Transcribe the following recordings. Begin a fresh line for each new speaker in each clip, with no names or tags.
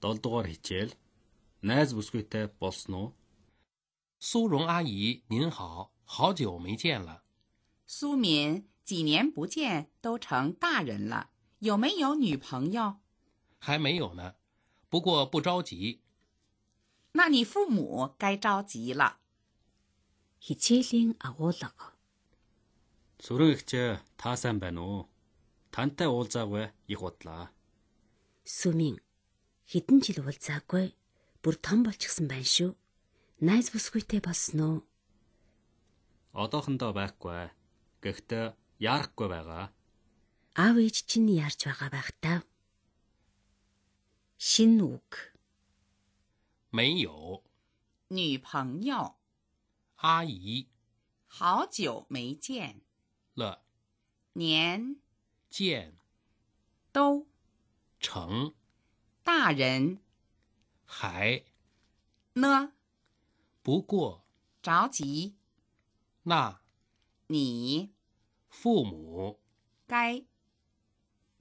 7 дугаар хичээл найз бүсгүйтэй болсон уу?
苏荣阿姨，您好，好久没见了。
苏敏几年不见，都成大人了，有没有女朋友？
还没有呢，不过不着急。
那你父母该着急了。
Хичээлийн агуулга.
Сүрэн ихчээ та сайн байна уу? Тантай уулзаагүй их бодлаа.
Сүмийн хэдэн жил уулзаагүй бүр том болчихсон байна шүү. Найз бүсгүйтэй болсон уу?
Одоохондоо байхгүй. Гэхдээ яарахгүй байгаа.
Аав ээж чинь яарч байгаа байх та. Шинэ үг.
没有，
女朋友，
阿姨
好久没见，
了，
年
见
都
成
大人
还
呢，
不过
着急，
那
你
父母
该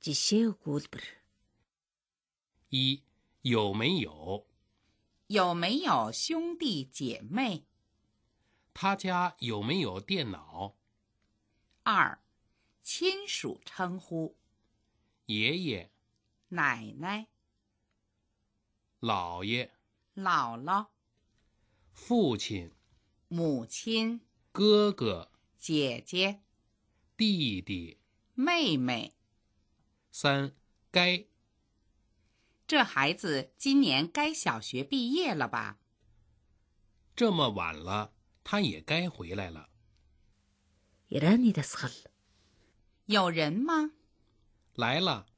Жишээ өгүүлбэр.
一有没有？
有没有兄弟姐妹？
他家有没有电脑？
二，亲属称呼
爷爷、
奶奶、
姥爷、
姥姥、
父亲、
母亲、
哥哥、
姐姐、
弟弟。
妹妹。
三该
这孩子今年该小学毕业了吧？
这么晚了，他也该回来了。
Ираны дасгал.
有人吗？
来了，